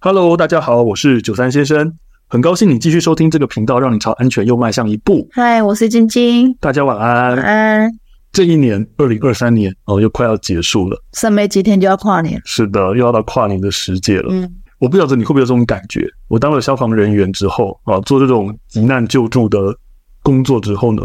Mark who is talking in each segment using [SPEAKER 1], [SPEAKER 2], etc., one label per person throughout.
[SPEAKER 1] Hello，大家好，我是九三先生，很高兴你继续收听这个频道，让你朝安全又迈向一步。
[SPEAKER 2] 嗨，我是晶晶，
[SPEAKER 1] 大家晚安。
[SPEAKER 2] 晚安。
[SPEAKER 1] 这一年，二零二三年哦，又快要结束了。
[SPEAKER 2] 剩没几天就要跨年了，
[SPEAKER 1] 是的，又要到跨年的时节了。
[SPEAKER 2] 嗯，
[SPEAKER 1] 我不晓得你会不会有这种感觉。我当了消防人员之后啊，做这种急难救助的工作之后呢，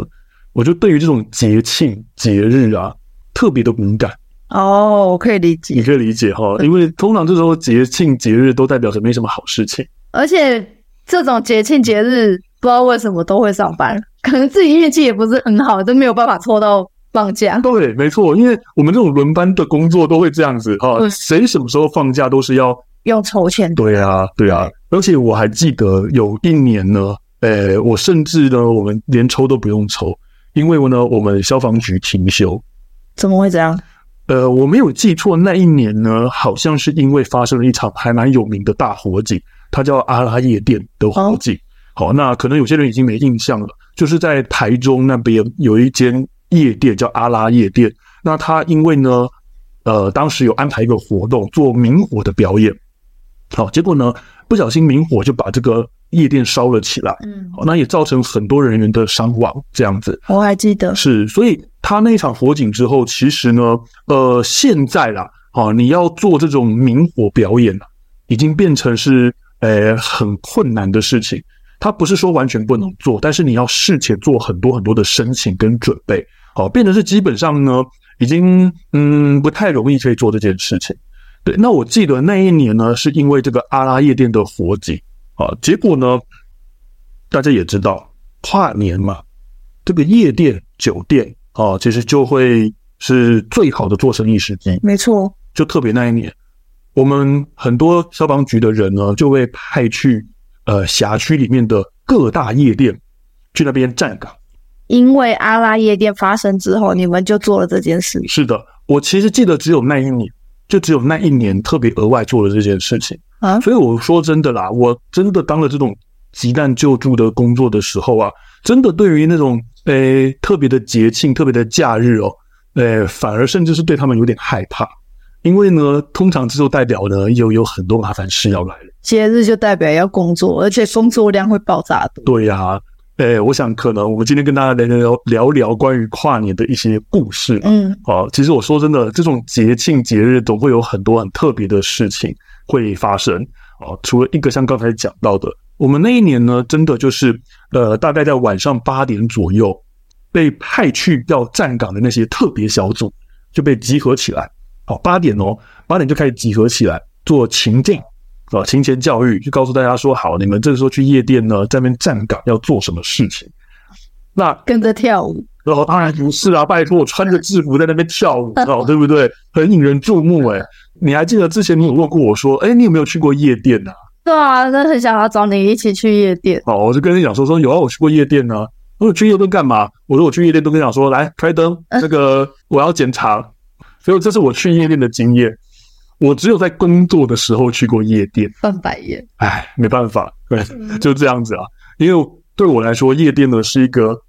[SPEAKER 1] 我就对于这种节庆节日啊特别的敏感。
[SPEAKER 2] 哦，我可以理
[SPEAKER 1] 你
[SPEAKER 2] 解，
[SPEAKER 1] 可以理解哈，因为通常这时候节庆节日都代表着没什么好事情。
[SPEAKER 2] 而且这种节庆节日，不知道为什么都会上班，可能自己运气也不是很好，都没有办法拖到放假。
[SPEAKER 1] 对，没错，因为我们这种轮班的工作都会这样子哈，
[SPEAKER 2] 嗯
[SPEAKER 1] 谁什么时候放假都是要
[SPEAKER 2] 用筹钱的，
[SPEAKER 1] 对啊，对啊，而且我还记得有一年呢，呃，我甚至呢，我们连抽都不用抽，因为呢，我们消防局停休。
[SPEAKER 2] 怎么会这样？
[SPEAKER 1] 呃，我没有记错，那一年呢，好像是因为发生了一场还蛮有名的大火警，它叫阿拉夜店的火警。好，那可能有些人已经没印象了，就是在台中那边有一间夜店叫阿拉夜店，那它因为呢，呃，当时有安排一个活动做明火的表演，好，结果呢，不小心明火就把这个夜店烧了起来，
[SPEAKER 2] 嗯，
[SPEAKER 1] 好，那也造成很多人员的伤亡，这样子。
[SPEAKER 2] 我还记得，
[SPEAKER 1] 是，所以他那一场火警之后，其实呢，呃，现在啦，啊，你要做这种明火表演啊，已经变成是呃很困难的事情。它不是说完全不能做，但是你要事前做很多很多的申请跟准备，好、变成是基本上呢，已经嗯不太容易可以做这件事情。对，那我记得那一年呢，是因为这个阿拉夜店的火警啊，结果呢，大家也知道跨年嘛，这个夜店、酒店啊，其实就会是最好的做生意时机。
[SPEAKER 2] 没错，
[SPEAKER 1] 就特别那一年，我们很多消防局的人呢，就会派去呃辖区里面的各大夜店去那边站岗。
[SPEAKER 2] 因为阿拉夜店发生之后，你们就做了这件事，
[SPEAKER 1] 是的，我其实记得只有那一年，就只有那一年特别额外做了这件事情。
[SPEAKER 2] 啊
[SPEAKER 1] 所以我说真的啦，我真的当了这种急难救助的工作的时候啊，真的对于那种诶、特别的节庆、特别的假日哦，诶、反而甚至是对他们有点害怕，因为呢，通常这就代表呢有有很多麻烦事要来了。
[SPEAKER 2] 节日就代表要工作，而且工作量会爆炸的。
[SPEAKER 1] 对呀、诶、我想可能我们今天跟大家聊聊聊聊关于跨年的一些故事。
[SPEAKER 2] 嗯，
[SPEAKER 1] 哦，其实我说真的，这种节庆节日总会有很多很特别的事情会发生哦。除了一个像刚才讲到的，我们那一年呢，真的就是呃，大概在晚上八点左右被派去要站岗的那些特别小组就被集合起来。哦，八点哦，八点就开始集合起来做情境啊、哦，勤前教育，就告诉大家说，好，你们这个时候去夜店呢，在那边站岗要做什么事情。那
[SPEAKER 2] 跟着跳舞，
[SPEAKER 1] 然后当然不是啊，拜托，我穿着制服在那边跳舞，哦，对不对？很引人注目哎、你还记得之前你有问过我说，哎，你有没有去过夜店呢、
[SPEAKER 2] 对啊，真的很想要找你一起去夜店。
[SPEAKER 1] 哦，我就跟你讲说，说有啊，我去过夜店呢、我说去夜店干嘛？我说我去夜店都跟你讲说，来开灯，那个我要检查。所以这是我去夜店的经验。我只有在工作的时候去过夜店，
[SPEAKER 2] 翻白眼，
[SPEAKER 1] 哎，没办法，对，就这样子啊。因为对我来说，夜店呢是一个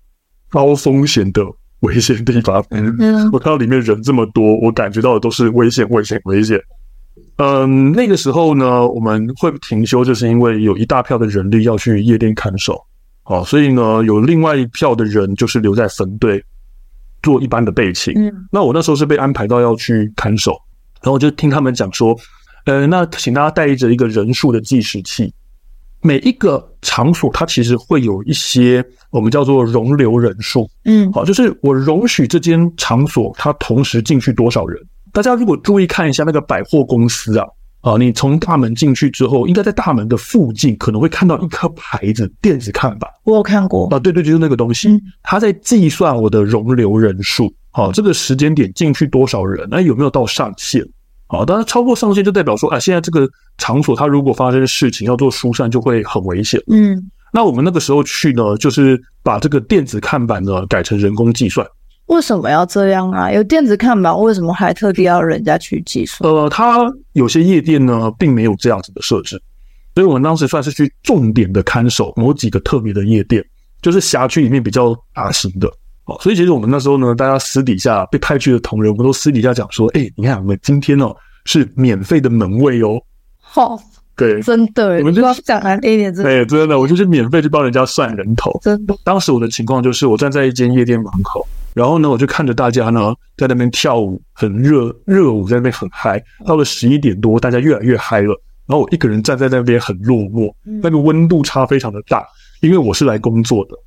[SPEAKER 1] 高风险的危险地方。
[SPEAKER 2] 嗯，
[SPEAKER 1] 我看到里面人这么多，我感觉到的都是危险，危险，危险。嗯，那个时候呢，我们会停休，就是因为有一大票的人力要去夜店看守，哦，所以呢，有另外一票的人就是留在分队做一般的备勤。
[SPEAKER 2] 嗯，
[SPEAKER 1] 那我那时候是被安排到要去看守，然后我就听他们讲说，呃，那请大家带着一个人数的计时器。每一个场所，它其实会有一些我们叫做容留人数，
[SPEAKER 2] 嗯，
[SPEAKER 1] 好，就是我容许这间场所它同时进去多少人。大家如果注意看一下那个百货公司啊，啊，你从大门进去之后，应该在大门的附近可能会看到一颗牌子，电子看板
[SPEAKER 2] 我有看过，
[SPEAKER 1] 啊，对对，就是那个东西
[SPEAKER 2] 嗯，
[SPEAKER 1] 它在计算我的容留人数。好，这个时间点进去多少人？那有没有到上限？好，当然超过上限就代表说啊，现在这个场所它如果发生事情要做疏散，就会很危险。
[SPEAKER 2] 嗯，
[SPEAKER 1] 那我们那个时候去呢，就是把这个电子看板呢改成人工计算。
[SPEAKER 2] 为什么要这样啊？有电子看板，为什么还特地要人家去计算？
[SPEAKER 1] 呃，它有些夜店呢，并没有这样子的设置，所以我们当时算是去重点的看守某几个特别的夜店，就是辖区里面比较大型的。哦，所以其实我们那时候呢，大家私底下被派去的同仁，我们都私底下讲说，哎、你看我们今天哦是免费的门卫哦，
[SPEAKER 2] 哦，
[SPEAKER 1] 对，
[SPEAKER 2] 真的欸，
[SPEAKER 1] 你们这
[SPEAKER 2] 不要讲难听一点，真的
[SPEAKER 1] 哎，真的，我就去免费去帮人家算人头。
[SPEAKER 2] 真的
[SPEAKER 1] 当时我的情况就是，我站在一间夜店门口，然后呢，我就看着大家呢在那边跳舞，很热热舞，在那边很嗨。到了十一点多，大家越来越嗨了，然后我一个人站在那边很落寞，
[SPEAKER 2] 嗯
[SPEAKER 1] 那个温度差非常的大，因为我是来工作的，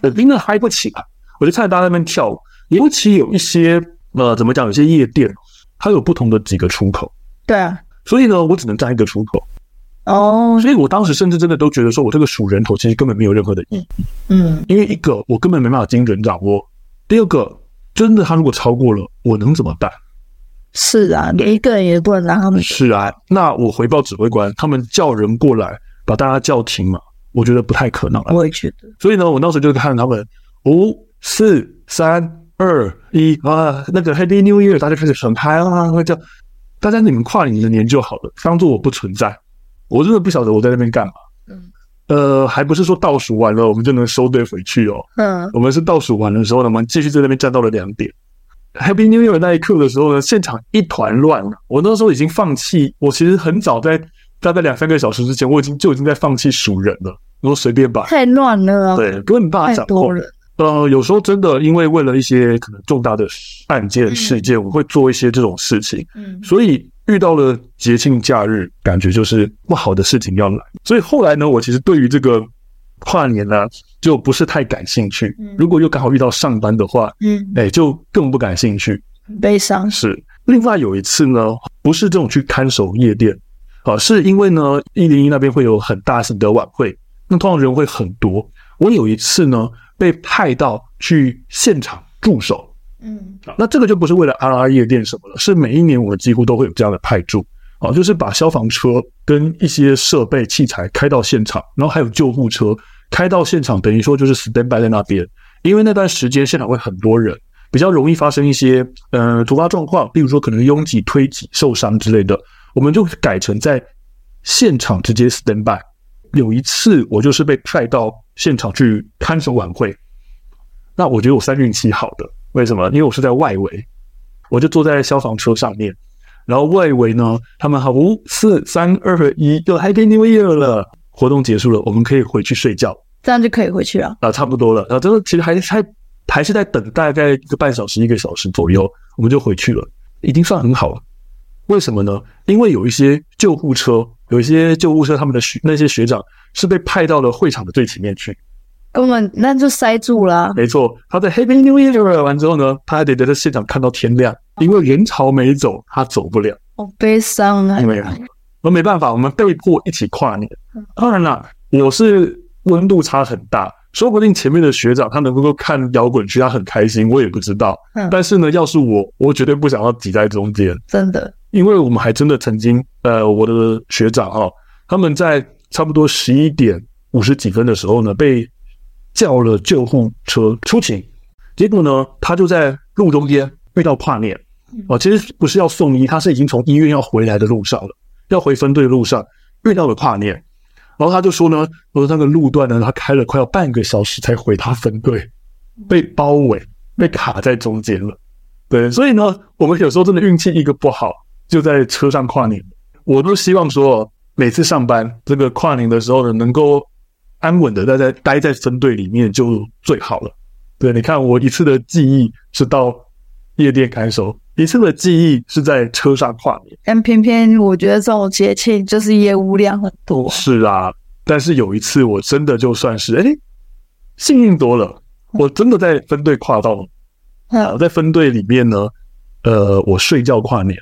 [SPEAKER 1] 我真的嗨不起来。我就看着大家在那边跳舞，尤其有一些呃，怎么讲，有些夜店它有不同的几个出口，
[SPEAKER 2] 对啊，
[SPEAKER 1] 所以呢，我只能站一个出口。
[SPEAKER 2] 哦，
[SPEAKER 1] 所以我当时甚至真的都觉得说，我这个数人头其实根本没有任何的意义。
[SPEAKER 2] 嗯，
[SPEAKER 1] 因为一个我根本没办法经人掌握，第二个真的他如果超过了，我能怎么办？
[SPEAKER 2] 是啊，你一个人也不能让他们
[SPEAKER 1] 是啊，那我回报指挥官，他们叫人过来把大家叫停嘛，我觉得不太可能了。
[SPEAKER 2] 我也觉得，
[SPEAKER 1] 所以呢，我当时就看他们五、四、三、二、一啊，那个 Happy New Year，大家开始很嗨啊，会叫大家你们跨你们的年就好了，当做我不存在。我真的不晓得我在那边干嘛。
[SPEAKER 2] 嗯
[SPEAKER 1] 呃，还不是说倒数完了我们就能收队回去哦。
[SPEAKER 2] 嗯，
[SPEAKER 1] 我们是倒数完的时候呢，我们继续在那边站到了两点。Happy New Year 那一刻的时候呢，现场一团乱了。我那时候已经放弃，我其实很早在大概两三个小时之前，我已经就已经在放弃数人了。我说随便吧，
[SPEAKER 2] 太乱了啊，
[SPEAKER 1] 对，根本没办法
[SPEAKER 2] 太
[SPEAKER 1] 掌
[SPEAKER 2] 多
[SPEAKER 1] 控。
[SPEAKER 2] 了，
[SPEAKER 1] 呃，有时候真的因为为了一些可能重大的案件、事件，我会做一些这种事情。
[SPEAKER 2] 嗯
[SPEAKER 1] 所以遇到了节庆假日，感觉就是不好的事情要来。所以后来呢，我其实对于这个跨年呢、就不是太感兴趣
[SPEAKER 2] 嗯。
[SPEAKER 1] 如果又刚好遇到上班的话，
[SPEAKER 2] 嗯，
[SPEAKER 1] 哎，就更不感兴趣。
[SPEAKER 2] 很悲伤，
[SPEAKER 1] 是，另外有一次呢，不是这种去看守夜店，啊，是因为呢，一零一那边会有很大型的晚会，那通常人会很多。我有一次呢，被派到去现场驻守，
[SPEAKER 2] 嗯
[SPEAKER 1] 那这个就不是为了 E RR 夜店什么了，是每一年我们几乎都会有这样的派驻啊，就是把消防车跟一些设备器材开到现场，然后还有救护车开到现场，等于说就是 stand by 在那边，因为那段时间现场会很多人，比较容易发生一些呃突发状况，例如说可能拥挤、推挤、受伤之类的，我们就改成在现场直接 stand by。有一次我就是被派到现场去看守晚会，那我觉得我算运气好的，为什么？因为我是在外围，我就坐在消防车上面，然后外围呢，他们好五四三二一，就 Happy New Year 了。活动结束了，我们可以回去睡觉
[SPEAKER 2] 这样就可以回去了，
[SPEAKER 1] 啊，差不多了。然后真的其实还还还是在等大概一个半小时、一个小时左右，我们就回去了，已经算很好了。为什么呢？因为有一些救护车，有一些救护车，他们的学那些学长是被派到了会场的最前面去，
[SPEAKER 2] 根本那就塞住了啊，
[SPEAKER 1] 没错，他在 Happy New Year 完之后呢，他还得在现场看到天亮，因为人潮没走，他走不了。
[SPEAKER 2] 好悲伤啊
[SPEAKER 1] 因，为我没办法，我们被迫一起跨年。当然啦，我是温度差很大，说不定前面的学长他能够看摇滚区，他很开心，我也不知道
[SPEAKER 2] 嗯。
[SPEAKER 1] 但是呢，要是我，我绝对不想要挤在中间。
[SPEAKER 2] 真的，
[SPEAKER 1] 因为我们还真的曾经，呃，我的学长哦，他们在差不多十一点五十几分的时候呢，被叫了救护车出勤，结果呢，他就在路中间遇到跨年
[SPEAKER 2] 嗯，
[SPEAKER 1] 哦，其实不是要送医，他是已经从医院要回来的路上了，要回分队的路上遇到了跨年，然后他就说呢，我说那个路段呢，他开了快要半个小时才回他分队，被包围，被卡在中间了。对，所以呢，我们有时候真的运气一个不好，就在车上跨年。我都希望说，每次上班这个跨年的时候呢，能够安稳的待在待在分队里面就最好了。对，你看我一次的记忆是到夜店看守，一次的记忆是在车上跨年。
[SPEAKER 2] 但偏偏我觉得这种节庆就是业务量很多，
[SPEAKER 1] 是啊，但是有一次我真的就算是哎、诶幸运多了，我真的在分队跨到了。
[SPEAKER 2] 嗯
[SPEAKER 1] 我啊在分队里面呢，呃，我睡觉跨年。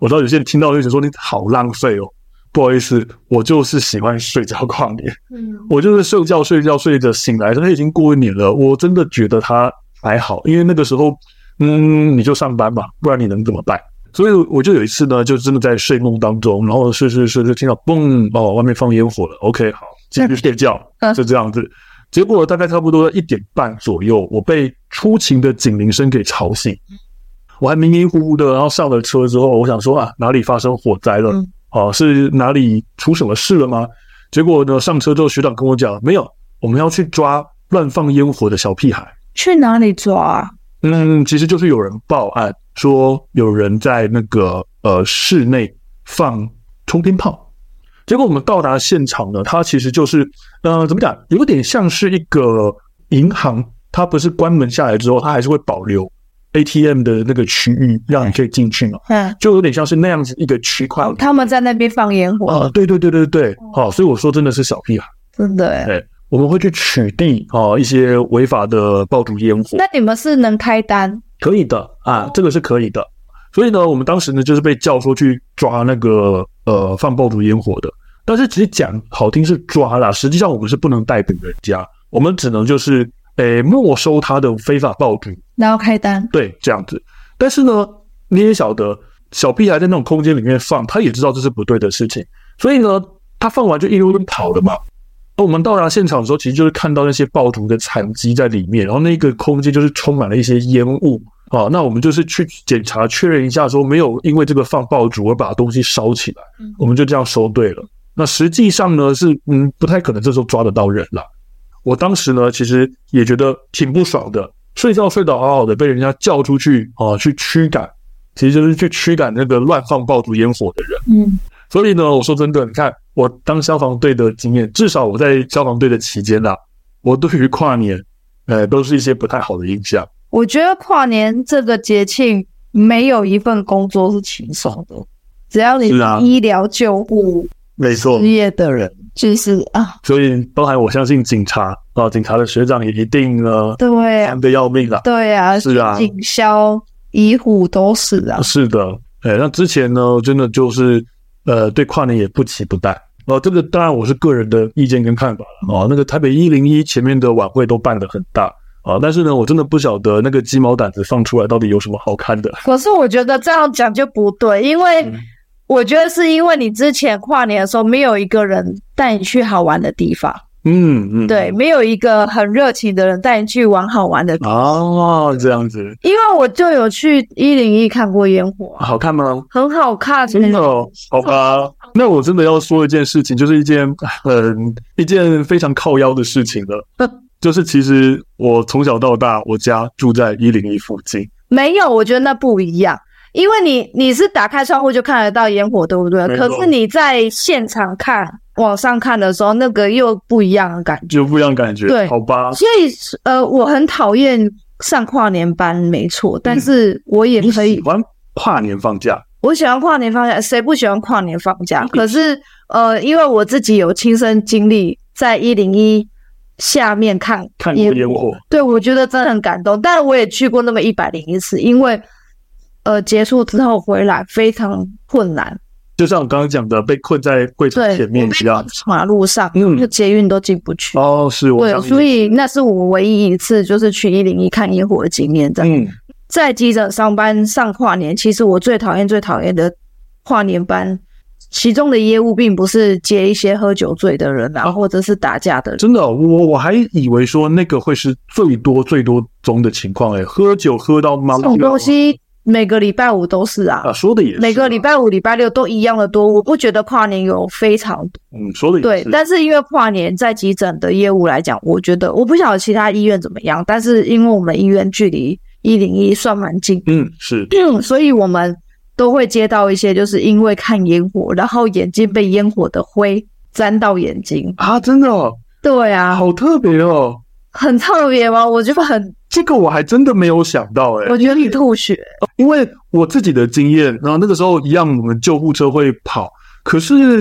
[SPEAKER 1] 我知道有些人听到就觉得说你好浪费哦，不好意思，我就是喜欢睡觉跨年，
[SPEAKER 2] 嗯
[SPEAKER 1] 我就是睡觉睡觉睡着醒来，他已经过一年了，我真的觉得他还好，因为那个时候，嗯，你就上班嘛，不然你能怎么办？所以我就有一次呢，就真的在睡梦当中，然后睡睡睡就听到嘣哦，外面放烟火了，OK，好，继续睡觉，
[SPEAKER 2] 嗯
[SPEAKER 1] 就这样子。结果大概差不多一点半左右，我被出勤的警铃声给吵醒，
[SPEAKER 2] 嗯
[SPEAKER 1] 我还迷迷糊糊的，然后上了车之后，我想说啊，哪里发生火灾了？
[SPEAKER 2] 嗯
[SPEAKER 1] 哦、是哪里出什么事了吗？结果呢，上车之后，学长跟我讲，没有，我们要去抓乱放烟火的小屁孩。
[SPEAKER 2] 去哪里抓啊？
[SPEAKER 1] 嗯，其实就是有人报案说有人在那个呃室内放冲天炮，结果我们到达现场呢，它其实就是，呃，怎么讲，有点像是一个银行，它不是关门下来之后，它还是会保留 ATM 的那个区域，让你可以进去嘛，
[SPEAKER 2] 嗯，
[SPEAKER 1] 就有点像是那样子一个区块。
[SPEAKER 2] 哦他们在那边放烟火，
[SPEAKER 1] 啊，对对对对对，好、所以我说真的是小屁孩，
[SPEAKER 2] 真的耶。
[SPEAKER 1] 我们会去取缔啊、一些违法的爆竹烟火。
[SPEAKER 2] 那你们是能开单？
[SPEAKER 1] 可以的啊，这个是可以的。所以呢，我们当时呢就是被叫说去抓那个呃放爆竹烟火的，但是只讲好听是抓啦，实际上我们是不能逮捕人家，我们只能就是诶没收他的非法爆竹，
[SPEAKER 2] 然后开单，
[SPEAKER 1] 对，这样子。但是呢，你也晓得，小屁孩在那种空间里面放，他也知道这是不对的事情，所以呢，他放完就一溜烟跑了嘛。那我们到达现场的时候，其实就是看到那些爆竹的残迹在里面，然后那个空间就是充满了一些烟雾啊。那我们就是去检查确认一下，说没有因为这个放爆竹而把东西烧起来
[SPEAKER 2] 嗯，
[SPEAKER 1] 我们就这样收队了。那实际上呢，是嗯不太可能这时候抓得到人啦。我当时呢，其实也觉得挺不爽的，睡觉睡得好好的，被人家叫出去啊，去驱赶，其实就是去驱赶那个乱放爆竹烟火的人。
[SPEAKER 2] 嗯，
[SPEAKER 1] 所以呢，我说真的，你看我当消防队的经验，至少我在消防队的期间啦、我对于跨年，呃，都是一些不太好的印象。
[SPEAKER 2] 我觉得跨年这个节庆没有一份工作是轻松的，只要你
[SPEAKER 1] 是啊嗯
[SPEAKER 2] 是医疗救护
[SPEAKER 1] 没错
[SPEAKER 2] 职业的人，就是啊，
[SPEAKER 1] 所以包含我相信警察啊，警察的学长也一定呢，
[SPEAKER 2] 对啊
[SPEAKER 1] 忙得要命啦。
[SPEAKER 2] 对啊，
[SPEAKER 1] 嗯是啊
[SPEAKER 2] 警消、医护都是啊，
[SPEAKER 1] 是的，哎，那之前呢，真的就是呃，对跨年也不期不待。哦，这个当然我是个人的意见跟看法了哦。那个台北一零一前面的晚会都办得很大啊、但是呢，我真的不晓得那个鸡毛掸子放出来到底有什么好看的。
[SPEAKER 2] 可是我觉得这样讲就不对，因
[SPEAKER 1] 嗯
[SPEAKER 2] 为我觉得是因为你之前跨年的时候没有一个人带你去好玩的地方，
[SPEAKER 1] 嗯嗯，
[SPEAKER 2] 对，没有一个很热情的人带你去玩好玩的地方。
[SPEAKER 1] 啊，这样子
[SPEAKER 2] 因为我就有去一零一看过烟火啊，
[SPEAKER 1] 好看吗？
[SPEAKER 2] 很好看，
[SPEAKER 1] 真的、哦，好吧。那我真的要说一件事情，就是一件很一件非常靠腰的事情了。就是其实我从小到大，我家住在一零一附近，
[SPEAKER 2] 没有，我觉得那不一样。因为你你是打开窗户就看得到烟火，对不对
[SPEAKER 1] 没？错
[SPEAKER 2] 可是你在现场看、网上看的时候，那个又不一样的感觉。
[SPEAKER 1] 就不一样感觉。
[SPEAKER 2] 对
[SPEAKER 1] 好吧。
[SPEAKER 2] 所以呃，我很讨厌上跨年班，没
[SPEAKER 1] 嗯
[SPEAKER 2] 错，但是我也
[SPEAKER 1] 你
[SPEAKER 2] 可以，
[SPEAKER 1] 喜欢跨年放假？
[SPEAKER 2] 我喜欢跨年放假，谁不喜欢跨年放假？
[SPEAKER 1] 嗯
[SPEAKER 2] 可是呃，因为我自己有亲身经历，在一零一下面看
[SPEAKER 1] 看过烟火，
[SPEAKER 2] 对我觉得真的很感动。但我也去过那么一百零一次，因为呃结束之后回来非常困难，
[SPEAKER 1] 就像我刚刚讲的，被困在柜台
[SPEAKER 2] 对，
[SPEAKER 1] 前面
[SPEAKER 2] 我被
[SPEAKER 1] 一样。
[SPEAKER 2] 马路上，
[SPEAKER 1] 嗯
[SPEAKER 2] 那捷运都进不去。
[SPEAKER 1] 哦，是我
[SPEAKER 2] 对
[SPEAKER 1] 相，信
[SPEAKER 2] 所以那是我唯一一次就是去一零一看烟火的经验。这样
[SPEAKER 1] 嗯，
[SPEAKER 2] 在急诊上班上跨年，其实我最讨厌最讨厌的跨年班，其中的业务并不是接一些喝酒醉的人
[SPEAKER 1] 哦
[SPEAKER 2] 啊，或者是打架的人。
[SPEAKER 1] 真的哦、我我还以为说那个会是最多最多宗的情况诶，哎喝酒喝到忙
[SPEAKER 2] 这种东西每个礼拜五都是啊，
[SPEAKER 1] 啊，说的也是啊
[SPEAKER 2] 每个礼拜五、礼拜六都一样的多。我不觉得跨年有非常多
[SPEAKER 1] 嗯，说的也
[SPEAKER 2] 对
[SPEAKER 1] 是，，
[SPEAKER 2] 但是因为跨年在急诊的业务来讲，我觉得我不晓得其他医院怎么样，但是因为我们医院距离一零一算蛮近，
[SPEAKER 1] 嗯，是
[SPEAKER 2] 所以我们都会接到一些就是因为看烟火，然后眼睛被烟火的灰沾到眼睛。
[SPEAKER 1] 啊，真的、哦、
[SPEAKER 2] 对
[SPEAKER 1] 啊，
[SPEAKER 2] 啊，
[SPEAKER 1] 好特别哦，
[SPEAKER 2] 很特别吗？我觉得很，
[SPEAKER 1] 这个我还真的没有想到哎诶，
[SPEAKER 2] 我觉得你吐血。
[SPEAKER 1] 因为我自己的经验，然后那个时候一样，我们救护车会跑，可是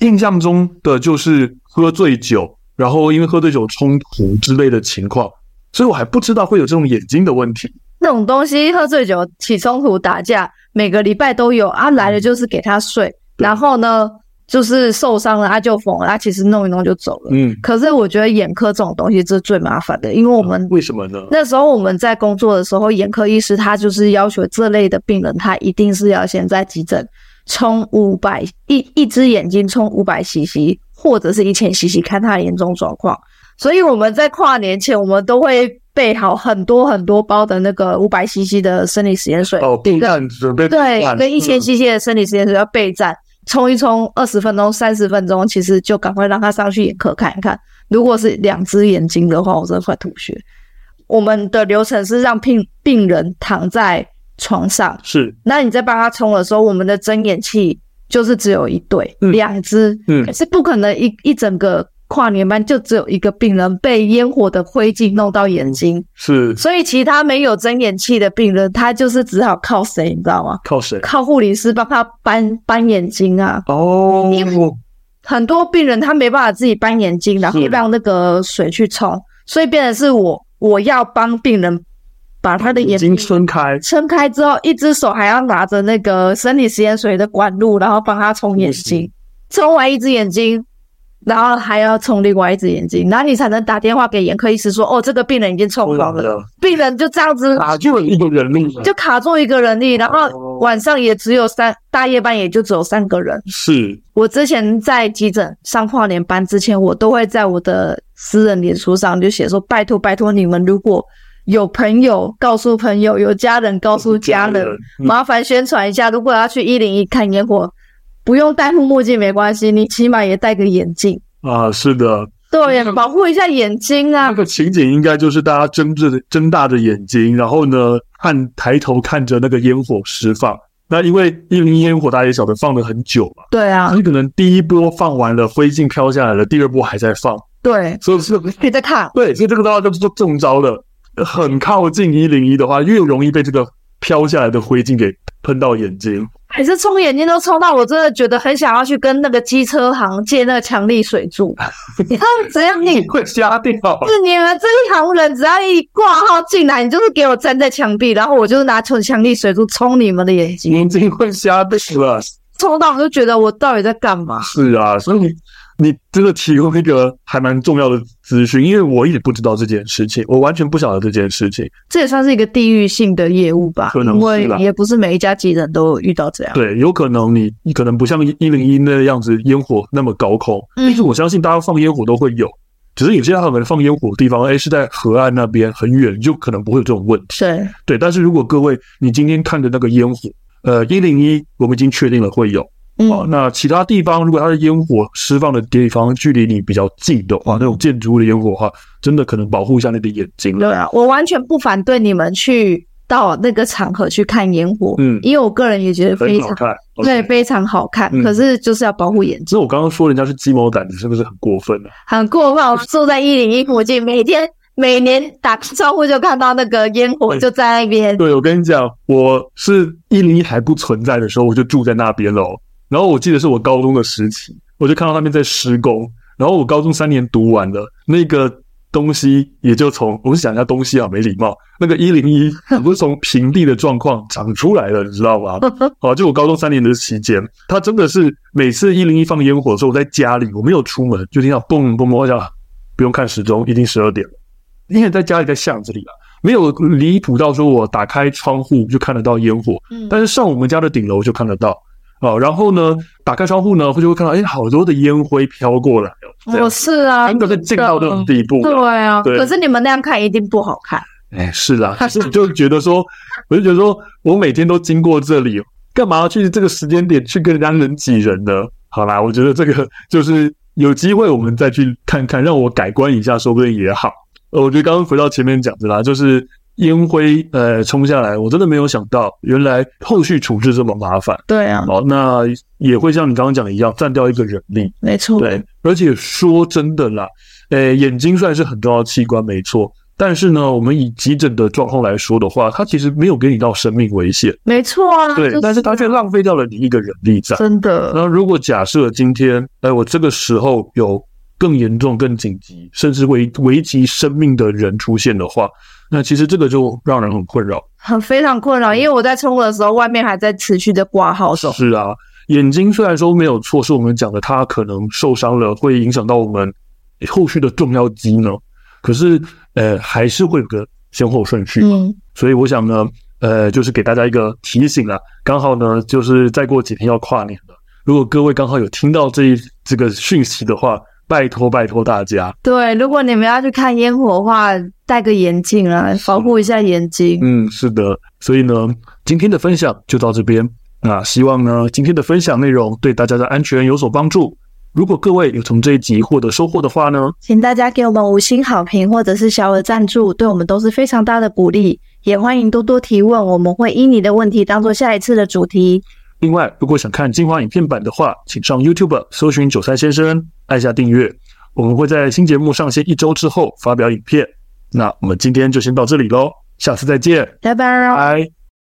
[SPEAKER 1] 印象中的就是喝醉酒，然后因为喝醉酒冲突之类的情况，所以我还不知道会有这种眼睛的问题。
[SPEAKER 2] 那种东西，喝醉酒起冲突、打架，每个礼拜都有啊。来了就是给他睡，
[SPEAKER 1] 对
[SPEAKER 2] 然后呢，就是受伤了他啊就缝了，他其实弄一弄就走了。
[SPEAKER 1] 嗯，
[SPEAKER 2] 可是我觉得眼科这种东西这是最麻烦的，因为我们
[SPEAKER 1] 为什么呢？
[SPEAKER 2] 那时候我们在工作的时候，眼科医师他就是要求这类的病人，他一定是要先在急诊冲五百一一只眼睛冲五百 CC 或者是一千 CC，看他的严重状况。所以我们在跨年前，我们都会备好很多很多包的那个五百 CC 的生理实验水，
[SPEAKER 1] 哦，避难准备避
[SPEAKER 2] 对，
[SPEAKER 1] 难
[SPEAKER 2] 跟一千
[SPEAKER 1] 嗯
[SPEAKER 2] CC 的生理实验水要备战，冲一冲二十分钟、三十分钟，其实就赶快让他上去眼科看一看。如果是两只眼睛的话，我真的快吐血。我们的流程是让病病人躺在床上，
[SPEAKER 1] 是
[SPEAKER 2] 那你在帮他冲的时候，我们的睁眼器就是只有一对，
[SPEAKER 1] 嗯
[SPEAKER 2] 两只，
[SPEAKER 1] 嗯
[SPEAKER 2] 可是不可能一一整个跨年班就只有一个病人被烟火的灰烬弄到眼
[SPEAKER 1] 嗯
[SPEAKER 2] 睛，
[SPEAKER 1] 是
[SPEAKER 2] 所以其他没有睁眼器的病人，他就是只好靠谁，你知道吗？
[SPEAKER 1] 靠谁？
[SPEAKER 2] 靠护理师帮他搬搬眼睛啊。
[SPEAKER 1] 哦，
[SPEAKER 2] 很多病人他没办法自己搬眼睛，然后
[SPEAKER 1] 是
[SPEAKER 2] 让那个水去冲，所以变成是我我要帮病人把他的
[SPEAKER 1] 眼
[SPEAKER 2] 眼
[SPEAKER 1] 睛
[SPEAKER 2] 睛
[SPEAKER 1] 撑开，
[SPEAKER 2] 撑开之后，一只手还要拿着那个生理食盐水的管路，然后帮他冲眼睛，冲完一只眼睛，然后还要冲另外一只眼睛，然后你才能打电话给眼科医师说，哦，这个病人已经冲光了，啊病人就这样子
[SPEAKER 1] 打就一个人力，
[SPEAKER 2] 就卡住一个人力，然
[SPEAKER 1] 哦
[SPEAKER 2] 后晚上也只有三大夜班也就只有三个人。
[SPEAKER 1] 是
[SPEAKER 2] 我之前在急诊上跨年班之前，我都会在我的私人脸书上就写说：拜托拜托你们，如果有朋友告诉朋友，有家人告诉家人，
[SPEAKER 1] 嗯
[SPEAKER 2] 麻烦宣传一下。如果要去一零一看烟火，不用戴护目镜没关系，你起码也戴个眼镜，
[SPEAKER 1] 啊，是的，
[SPEAKER 2] 对，保护一下眼睛啊
[SPEAKER 1] 那。个情景应该就是大家睁着睁大着眼睛，然后呢看抬头看着那个烟火释放。那因为一零一烟火大家也晓得放了很久嘛，
[SPEAKER 2] 对啊，
[SPEAKER 1] 很可能第一波放完了，灰烬飘下来了，第二波还在放，
[SPEAKER 2] 对，
[SPEAKER 1] 所以是
[SPEAKER 2] 你在看，
[SPEAKER 1] 对，所以这个大家都都中招了。很靠近一零一的话，越容易被这个飘下来的灰烬给喷到眼睛。
[SPEAKER 2] 每次冲眼睛都冲到我真的觉得很想要去跟那个机车行借那个强力水 柱。你看，只要你
[SPEAKER 1] 会瞎掉。
[SPEAKER 2] 是你们这一行人，只要一挂号进来，你就是给我站在墙壁，然后我就拿出强力水柱冲你们的眼睛，
[SPEAKER 1] 眼睛会瞎掉啊了。
[SPEAKER 2] 冲到我就觉得我到底在干嘛？
[SPEAKER 1] 是啊，所以你你真的提供一个还蛮重要的资讯，因为我也不知道这件事情，我完全不晓得这件事情。
[SPEAKER 2] 这也算是一个地域性的业务吧，
[SPEAKER 1] 可能
[SPEAKER 2] 因
[SPEAKER 1] 是
[SPEAKER 2] 为
[SPEAKER 1] 啦
[SPEAKER 2] 也不是每一家急诊都有遇到这样。
[SPEAKER 1] 对，有可能你你可能不像一零一那样子烟火那么高空，
[SPEAKER 2] 嗯
[SPEAKER 1] 但是我相信大家放烟火都会有，只是有些他们放烟火的地方，哎，是在河岸那边很远，就可能不会有这种问题。
[SPEAKER 2] 是，
[SPEAKER 1] 对，但是如果各位你今天看的那个烟火，呃，一零一我们已经确定了会有。哦
[SPEAKER 2] 嗯，，
[SPEAKER 1] 那其他地方如果它的烟火释放的地方距离你比较近的话，那种建筑物的烟火的话，真的可能保护一下你的眼睛了。
[SPEAKER 2] 对啊，我完全不反对你们去到那个场合去看烟火，
[SPEAKER 1] 嗯
[SPEAKER 2] 因为我个人也觉得非
[SPEAKER 1] 很
[SPEAKER 2] 常
[SPEAKER 1] 好看。
[SPEAKER 2] 对，
[SPEAKER 1] OK，
[SPEAKER 2] 非常好看。
[SPEAKER 1] 嗯
[SPEAKER 2] 可是就是要保护眼睛，
[SPEAKER 1] 所以我刚刚说人家是鸡毛掸子，是不是很过分呢、啊？
[SPEAKER 2] 很过分。我住在一零一附近，每天每年打开窗户就看到那个烟火
[SPEAKER 1] 对
[SPEAKER 2] 就在那边。
[SPEAKER 1] 对，我跟你讲，我是一零一还不存在的时候，我就住在那边了哦。然后我记得是我高中的时期，我就看到那边在施工。然后我高中三年读完了，那个东西也就从我是讲一下东西啊，没礼貌。那个一零一不是从平地的状况长出来了，你知道吗？哦，就我高中三年的期间，他真的是每次一零一放烟火的时候，我在家里我没有出门，就听到嘣嘣嘣，我想啊不用看时钟，已经十二点了，因为在家里在巷子里啊，没有离谱到说我打开窗户就看得到烟火，
[SPEAKER 2] 嗯
[SPEAKER 1] 但是上我们家的顶楼就看得到。哦，然后呢，打开窗户呢，会就会看到，哎，好多的烟灰飘过来哦，这
[SPEAKER 2] 我
[SPEAKER 1] 样
[SPEAKER 2] 是啊，
[SPEAKER 1] 真的是进到这种地步
[SPEAKER 2] 对
[SPEAKER 1] 了。
[SPEAKER 2] 啊，
[SPEAKER 1] 对
[SPEAKER 2] 可是你们那样看一定不好看。
[SPEAKER 1] 哎，是啦，可是我就觉得说，我就觉得说我每天都经过这里，干嘛要去这个时间点去跟人家人挤人呢？好啦，我觉得这个 就是有机会我们再去看看，让我改观一下，说不定也好。呃，我觉得刚刚回到前面讲的啦，就是烟灰呃冲下来，我真的没有想到，原来后续处置这么麻烦。
[SPEAKER 2] 对啊，
[SPEAKER 1] 哦，那也会像你刚刚讲的一样，占掉一个人力。
[SPEAKER 2] 没错。
[SPEAKER 1] 对，而且说真的啦，呃，眼睛虽然是很重要的器官，没错，但是呢，我们以急诊的状况来说的话，它其实没有给你到生命危险，
[SPEAKER 2] 没错啊。
[SPEAKER 1] 对，
[SPEAKER 2] 就
[SPEAKER 1] 但是它却浪费掉了你一个人力在。
[SPEAKER 2] 真的，
[SPEAKER 1] 那如果假设今天，哎，我这个时候有更严重、更紧急，甚至危危及生命的人出现的话，那其实这个就让人很困扰。
[SPEAKER 2] 很非常困扰，因为我在冲的时候，外面还在持续的挂号手。
[SPEAKER 1] 嗯是啊，眼睛虽然说没有错，是我们讲的它可能受伤了，会影响到我们后续的重要机能，可是呃还是会有个先后顺序，
[SPEAKER 2] 嗯，
[SPEAKER 1] 所以我想呢，呃，就是给大家一个提醒啊，刚好呢就是再过几天要跨年了，如果各位刚好有听到这一这个讯息的话，拜托拜托大家，
[SPEAKER 2] 对，如果你们要去看烟火的话，戴个眼镜啊，保护一下眼睛。
[SPEAKER 1] 嗯，是的，所以呢，今天的分享就到这边。那希望呢，今天的分享内容对大家的安全有所帮助。如果各位有从这一集获得收获的话呢，
[SPEAKER 2] 请大家给我们五星好评或者是小额赞助，对我们都是非常大的鼓励。也欢迎多多提问，我们会依你的问题当做下一次的主题。
[SPEAKER 1] 另外，如果想看精华影片版的话，请上 YouTube 搜寻“韭菜先生”，按下订阅。我们会在新节目上线一周之后发表影片。那我们今天就先到这里喽，下次再见，
[SPEAKER 2] 拜拜哦。
[SPEAKER 1] 拜。